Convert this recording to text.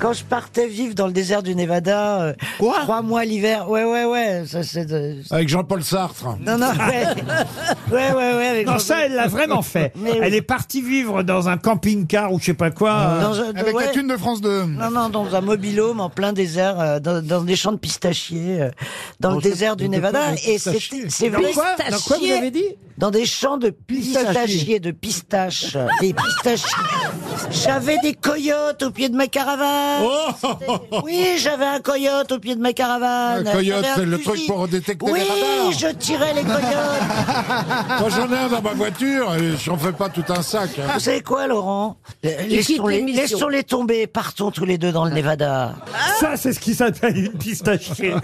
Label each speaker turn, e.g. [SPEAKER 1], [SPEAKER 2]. [SPEAKER 1] Quand je partais vivre dans le désert du Nevada, euh,
[SPEAKER 2] Quoi
[SPEAKER 1] trois mois l'hiver, ouais, ouais, ouais, ça c'est de...
[SPEAKER 3] Avec Jean-Paul Sartre.
[SPEAKER 1] Non, non, ouais, ouais, ouais, ouais avec
[SPEAKER 2] Non,
[SPEAKER 1] Jean-
[SPEAKER 2] ça, elle l'a vraiment fait.
[SPEAKER 1] Mais oui.
[SPEAKER 2] Elle est partie vivre dans un camping-car ou je sais pas quoi. euh,
[SPEAKER 1] dans un-
[SPEAKER 3] Avec la
[SPEAKER 1] ouais.
[SPEAKER 3] thune de France 2.
[SPEAKER 1] Non, non, dans un mobilhome en plein désert, euh, dans, dans des champs de pistachiers, euh, dans le désert du Nevada. Et c'était- c'est vrai,
[SPEAKER 2] Dans quoi vous avez dit
[SPEAKER 1] dans des champs de
[SPEAKER 2] Pistachiers.
[SPEAKER 1] pistachiers, de pistaches, euh, des pistachiers. J'avais des coyotes au pied de ma caravane.
[SPEAKER 3] Oh
[SPEAKER 1] Oui, j'avais un coyote au pied de ma caravane.
[SPEAKER 3] Un coyote,
[SPEAKER 1] J'avais un
[SPEAKER 3] c'est le
[SPEAKER 1] fusil.
[SPEAKER 3] truc pour détecter les
[SPEAKER 1] Oui,
[SPEAKER 3] radars.
[SPEAKER 1] je tirais les coyotes.
[SPEAKER 3] Moi j'en ai un dans ma voiture et j'en fais pas tout un sac. hein.
[SPEAKER 1] Vous savez quoi, Laurent Laissons-les laissons-les tomber, partons tous les deux dans le Nevada.
[SPEAKER 2] Ça, c'est ce qui s'appelle une pistachier.